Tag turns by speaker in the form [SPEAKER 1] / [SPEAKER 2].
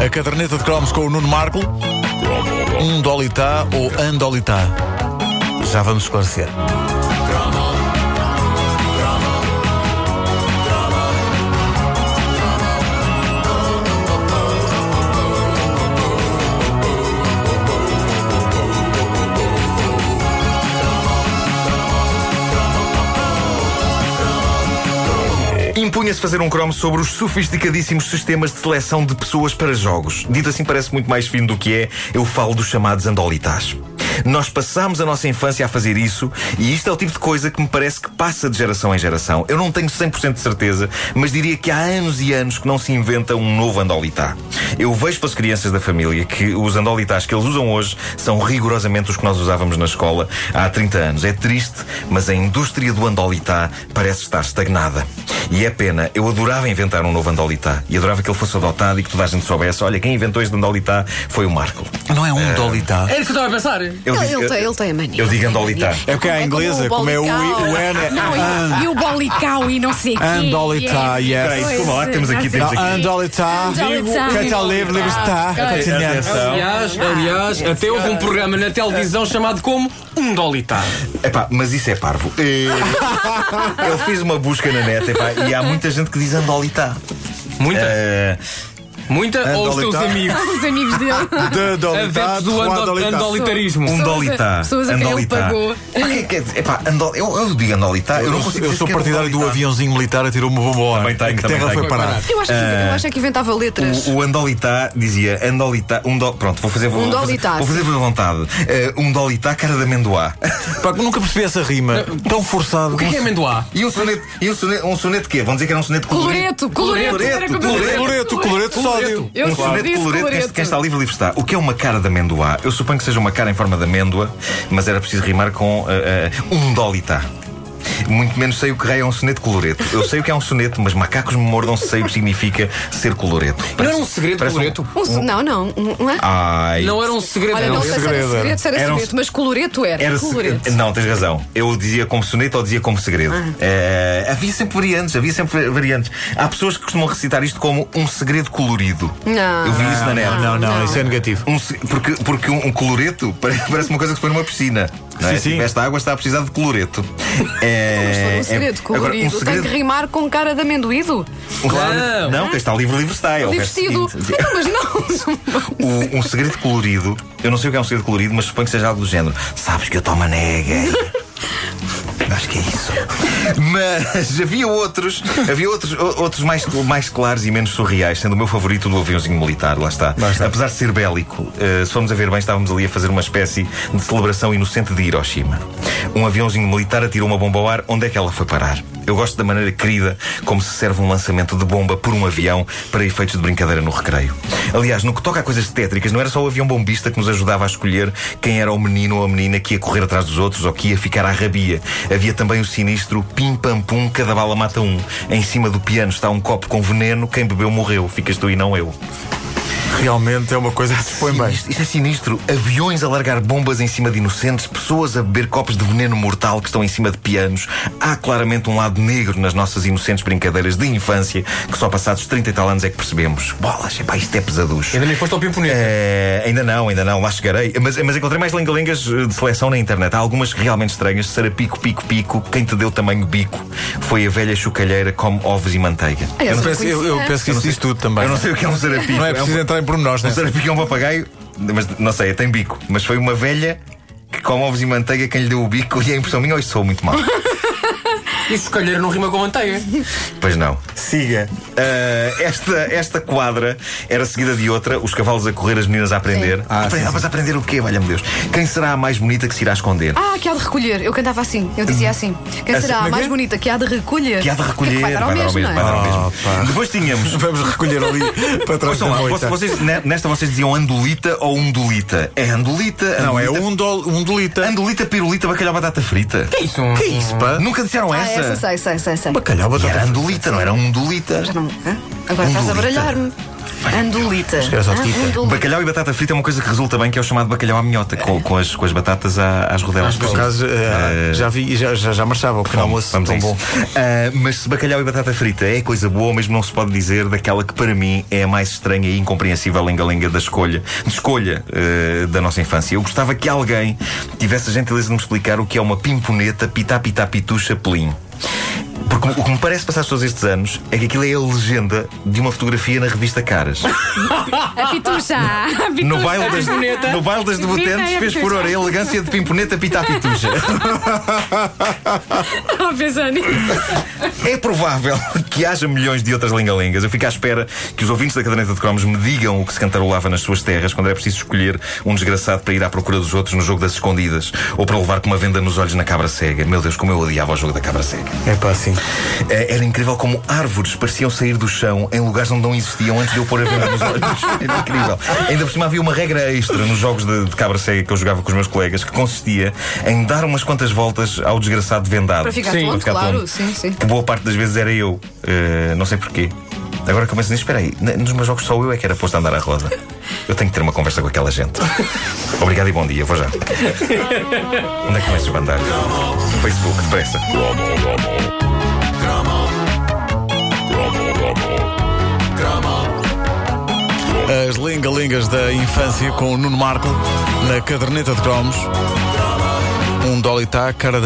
[SPEAKER 1] A caderneta de cromos com o Nuno Marco. Um dolitá ou andolitá? Já vamos esclarecer.
[SPEAKER 2] Impunha-se fazer um cromo sobre os sofisticadíssimos sistemas de seleção de pessoas para jogos. Dito assim, parece muito mais fino do que é. Eu falo dos chamados andolitas. Nós passámos a nossa infância a fazer isso e isto é o tipo de coisa que me parece que passa de geração em geração. Eu não tenho 100% de certeza, mas diria que há anos e anos que não se inventa um novo andolitá. Eu vejo pelas crianças da família que os andolitás que eles usam hoje são rigorosamente os que nós usávamos na escola há 30 anos. É triste, mas a indústria do andolitá parece estar estagnada. E é pena, eu adorava inventar um novo andolitá e adorava que ele fosse adotado e que toda a gente soubesse: olha, quem inventou este andolitá foi o Marco.
[SPEAKER 1] Não é um dolitá.
[SPEAKER 3] É isso que eu estava a pensar.
[SPEAKER 2] Eu
[SPEAKER 4] Ele,
[SPEAKER 2] digo-
[SPEAKER 4] ele tem, ele tem a mania.
[SPEAKER 2] eu digo
[SPEAKER 4] ele tem a
[SPEAKER 2] andolitá.
[SPEAKER 4] mania.
[SPEAKER 1] É porque há a
[SPEAKER 4] como
[SPEAKER 1] inglesa, como é o I,
[SPEAKER 4] bolicau.
[SPEAKER 1] o N, é
[SPEAKER 4] Não, e-
[SPEAKER 1] an.
[SPEAKER 2] Ah.
[SPEAKER 4] e o bolicau e não sei o quê.
[SPEAKER 1] Andolitá,
[SPEAKER 4] e é-
[SPEAKER 1] yes.
[SPEAKER 2] Espera aí, desculpa lá,
[SPEAKER 4] Pois, assim
[SPEAKER 2] temos aqui, temos
[SPEAKER 4] não sei o
[SPEAKER 2] aqui.
[SPEAKER 4] quê.
[SPEAKER 1] Andolitá.
[SPEAKER 4] Andolitá.
[SPEAKER 1] Que é tal livre, livre está.
[SPEAKER 4] Ok.
[SPEAKER 1] Continente.
[SPEAKER 2] Atenção.
[SPEAKER 3] Aliás, aliás, até houve um programa na televisão chamado como Um Dolitar.
[SPEAKER 2] Epá, mas isso é parvo. Eh, Eu fiz uma busca na net epá, e há muita gente que diz andolitá.
[SPEAKER 3] Muita,
[SPEAKER 2] Eh,
[SPEAKER 3] muita ou os teus
[SPEAKER 1] Andolitá.
[SPEAKER 3] amigos?
[SPEAKER 4] Os amigos dele.
[SPEAKER 1] De dolitá,
[SPEAKER 3] Adeptos do
[SPEAKER 1] de
[SPEAKER 3] ando-
[SPEAKER 1] dolitá.
[SPEAKER 3] andolitarismo.
[SPEAKER 2] um dolitá.
[SPEAKER 4] pessoas a quem ele
[SPEAKER 2] Andolitá.
[SPEAKER 4] pagou.
[SPEAKER 2] Pá, que- que- epá, andol- eu, eu digo andolitá. Eu, não consigo
[SPEAKER 1] Eu
[SPEAKER 2] dizer
[SPEAKER 1] sou
[SPEAKER 2] que é
[SPEAKER 1] partidário do
[SPEAKER 2] andolitá.
[SPEAKER 1] aviãozinho militar a tirou-me o bombom.
[SPEAKER 2] Também tenho,
[SPEAKER 1] Em que
[SPEAKER 2] também
[SPEAKER 1] terra
[SPEAKER 2] tenho.
[SPEAKER 1] foi parar?
[SPEAKER 2] Ah.
[SPEAKER 4] Eu acho, que, eu acho que inventava letras.
[SPEAKER 2] O, o andolitá dizia andolitá. Um do- pronto, vou fazer. Vou,
[SPEAKER 4] Um
[SPEAKER 2] vou
[SPEAKER 4] dolitá,
[SPEAKER 2] fazer, vou fazer à vontade. Eh, um dolitá, cara de amendoá.
[SPEAKER 1] Pá, nunca percebi essa rima. Tão forçado.
[SPEAKER 3] O que é que é amendoá?
[SPEAKER 2] E um soneto. E um soneto, um soneto quê? Vão dizer que era um soneto colorido.
[SPEAKER 4] Coloreto, coloreto.
[SPEAKER 2] Coloreto,
[SPEAKER 4] era como eu
[SPEAKER 2] coloreto,
[SPEAKER 4] dizia.
[SPEAKER 1] Coloreto, coloreto de sódio.
[SPEAKER 4] Eu
[SPEAKER 2] um
[SPEAKER 4] só
[SPEAKER 2] soneto
[SPEAKER 4] disse
[SPEAKER 2] colorido, quem- quem está livre, livre está. O que é uma cara de amendoá? Eu suponho que seja uma cara em forma de amêndoa, mas era preciso rimar com eh, eh, um dolitá. Muito menos sei o que raio é um soneto coloreto. Eu sei o que é um soneto, mas macacos me mordam se sei o que significa ser coloreto.
[SPEAKER 3] Não era um segredo
[SPEAKER 2] parece um- Ah,
[SPEAKER 3] coloreto?
[SPEAKER 4] Um se- não, não. um- não é?
[SPEAKER 2] Ai.
[SPEAKER 3] Não era um segredo.
[SPEAKER 4] Olha,
[SPEAKER 3] não.
[SPEAKER 4] não sei se era
[SPEAKER 1] segredo,
[SPEAKER 4] segredo, se era
[SPEAKER 2] era um-
[SPEAKER 4] segredo, mas coloreto era.
[SPEAKER 2] Era é,
[SPEAKER 4] coloreto.
[SPEAKER 2] segredo. Não, tens razão. Eu dizia como soneto ou dizia como segredo. Eh, havia sempre variantes, havia sempre variantes. Há pessoas que costumam recitar isto como um segredo colorido.
[SPEAKER 4] Não.
[SPEAKER 2] Eu vi isso na net.
[SPEAKER 1] Não, não,
[SPEAKER 4] Não.
[SPEAKER 1] isso é negativo.
[SPEAKER 2] Um se- porque porque um, um coloreto pare- parece uma coisa que se põe numa piscina. não é?
[SPEAKER 1] Sim, sim.
[SPEAKER 2] Tipo, Esta água está a precisar de coloreto. É,
[SPEAKER 4] Um segredo
[SPEAKER 2] é- agora,
[SPEAKER 4] colorido.
[SPEAKER 2] um segredo-
[SPEAKER 4] Tem que rimar com cara de amendoído.
[SPEAKER 2] um- Não,
[SPEAKER 3] Não.
[SPEAKER 2] quem está livre, livre está. É o verso
[SPEAKER 4] Divertido.
[SPEAKER 2] seguinte.
[SPEAKER 4] Então, mas não.
[SPEAKER 2] O- um segredo colorido, eu não sei o que é um segredo colorido, mas suponho que seja algo do género. Sabes que eu tomo a nega. Acho que é isso. Mas havia outros, havia outros, o- outros mais, mais claros e menos surreais, sendo o meu favorito do aviãozinho militar, lá está. Apesar de ser bélico, eh, se formos a ver bem, estávamos ali a fazer uma espécie de celebração inocente de Hiroshima. Um aviãozinho militar atirou uma bomba ao ar, onde é que ela foi parar? Eu gosto da maneira querida como se serve um lançamento de bomba por um avião para efeitos de brincadeira no recreio. Aliás, no que toca a coisas tétricas, não era só o avião bombista que nos ajudava a escolher quem era o menino ou a menina que ia correr atrás dos outros ou que ia ficar à rabia. Havia também o sinistro pim pam pum, cada bala mata um. Em cima do piano está um copo com veneno, quem bebeu morreu. Ficas tu e não eu.
[SPEAKER 1] Realmente é uma coisa que se põe bem.
[SPEAKER 2] Isto, isto é sinistro. Aviões a largar bombas em cima de inocentes, pessoas a beber copos de veneno mortal que estão em cima de pianos. Há claramente um lado negro nas nossas inocentes brincadeiras de infância que só passados 30 e tal anos é que percebemos. Bolas, epá, isto é pesaducho.
[SPEAKER 3] Ainda nem foste ao pimponete.
[SPEAKER 2] É, ainda não, ainda não, lá chegarei. Mas, mas encontrei mais lengalengas eh, de seleção na internet. Há algumas realmente estranhas. Será pico, pico, pico. Quem te deu tamanho bico foi a velha chocalheira, come ovos e manteiga.
[SPEAKER 4] Olha,
[SPEAKER 1] Eu
[SPEAKER 4] só
[SPEAKER 1] penso- Eu eu
[SPEAKER 4] conhecia.
[SPEAKER 1] penso que isso diz tudo também.
[SPEAKER 2] Eu não sei o que é um serapico.
[SPEAKER 1] Não é
[SPEAKER 2] um-
[SPEAKER 1] preciso entrar em pormenores, né?
[SPEAKER 2] o Zarapique é um papagaio, mas não sei, tem bico. Mas foi uma velha que come ovos e manteiga quem lhe deu o bico e a impressão minha hoje sou muito mal.
[SPEAKER 3] E chocalheiro não rima com manteiga.
[SPEAKER 2] pois não. Siga. esta, esta quadra era seguida de outra, os cavalos a correr, as meninas a aprender. Ah, Apre- ah, mas a aprender o quê, valha-me Deus? Quem será a mais bonita que se irá esconder?
[SPEAKER 4] Ah, que há de recolher. Eu cantava assim. Eu dizia assim. Quem
[SPEAKER 2] Assim,
[SPEAKER 4] será
[SPEAKER 2] como
[SPEAKER 4] a
[SPEAKER 2] é
[SPEAKER 4] mais
[SPEAKER 2] que é?
[SPEAKER 4] bonita é que há de recolher?
[SPEAKER 2] Que há de recolher,
[SPEAKER 4] Porque vai dar ao mesmo, não é?
[SPEAKER 2] vai dar ao mesmo.
[SPEAKER 1] Ah, pá.
[SPEAKER 2] Depois tínhamos
[SPEAKER 1] Vamos recolher ali para trás da
[SPEAKER 2] Ouçam lá,
[SPEAKER 1] moita.
[SPEAKER 2] vocês- ne- nesta vocês diziam andolita ou undulita? É andolita?
[SPEAKER 1] Não, é
[SPEAKER 2] andolita-
[SPEAKER 1] um, dol, um delita.
[SPEAKER 2] Andolita, pirulita, bacalhau, batata frita.
[SPEAKER 3] Que isso?
[SPEAKER 2] é
[SPEAKER 1] Que isso, é um- pá?
[SPEAKER 2] Nunca disseram
[SPEAKER 4] Ah,
[SPEAKER 2] essa?
[SPEAKER 4] essa sei, sei, sei, sei.
[SPEAKER 1] Bacalhau,
[SPEAKER 2] E
[SPEAKER 1] batata
[SPEAKER 2] era andolita, não era um dolita.
[SPEAKER 4] Já não. hã? Agora estás a
[SPEAKER 2] Andulita.
[SPEAKER 4] baralhar-me. Andulita.
[SPEAKER 1] que era só
[SPEAKER 4] Ah,
[SPEAKER 1] tita.
[SPEAKER 4] andulita.
[SPEAKER 2] Bacalhau e batata frita é uma coisa que resulta bem, que é o chamado bacalhau à minhota, com, com as, com as batatas à- às rodelas.
[SPEAKER 1] Por acaso, eh, já vi e já, já, já marchava o pequeno almoço
[SPEAKER 2] Ah, é. Vamos
[SPEAKER 1] tão
[SPEAKER 2] a isso.
[SPEAKER 1] bom.
[SPEAKER 2] Ah, mas se bacalhau e batata frita é coisa boa, mas não se pode dizer daquela que para mim é a mais estranha e incompreensível lenga-lenga da escolha, de escolha ah, da nossa infância. Eu gostava que alguém tivesse a gentileza de me explicar o que é uma pimponeta pitá pitá pitucha pelim. Porque o que me parece passar todos estes anos é que aquilo é a legenda de uma fotografia na revista Caras.
[SPEAKER 5] A pitucha! A pitucha!
[SPEAKER 2] No baile das,
[SPEAKER 3] pimponeta.
[SPEAKER 2] no baile das debutantes
[SPEAKER 5] Fica aí a
[SPEAKER 2] fez
[SPEAKER 5] pitucha.
[SPEAKER 2] furor a elegância de pimponeta pitá pitucha.
[SPEAKER 5] Estava a pensar nisso.
[SPEAKER 2] É provável que haja milhões de outras lengalengas. Eu fico à espera que os ouvintes da caderneta de cromos me digam o que se cantarolava nas suas terras quando era preciso escolher um desgraçado para ir à procura dos outros no jogo das escondidas ou para levar com uma venda nos olhos na cabra cega. Meu Deus, como eu odiava o jogo da cabra cega.
[SPEAKER 1] É pá, sim.
[SPEAKER 2] Eh, Era incrível como árvores pareciam sair do chão em lugares onde não existiam antes de eu pôr a venda nos olhos. Era incrível. Ainda por cima havia uma regra extra nos jogos de, de cabra cega que eu jogava com os meus colegas que consistia em dar umas quantas voltas ao desgraçado vendado.
[SPEAKER 4] Para ficar
[SPEAKER 3] Sim,
[SPEAKER 4] tonto,
[SPEAKER 2] para ficar
[SPEAKER 4] claro.
[SPEAKER 2] tonto.
[SPEAKER 4] Sim, sim.
[SPEAKER 2] Que boa parte das vezes era eu. Eh, não sei porquê. Agora começo a dizer: espera aí, n- nos meus jogos só eu é que era posto a andar à roda. Eu tenho que ter uma conversa com aquela gente. Obrigado e bom dia, vou já. Onde é que começo a mandar? Facebook, depressa.
[SPEAKER 1] As lengalengas da infância com o Nuno Marco na caderneta de cromos. Um Dolitá, cara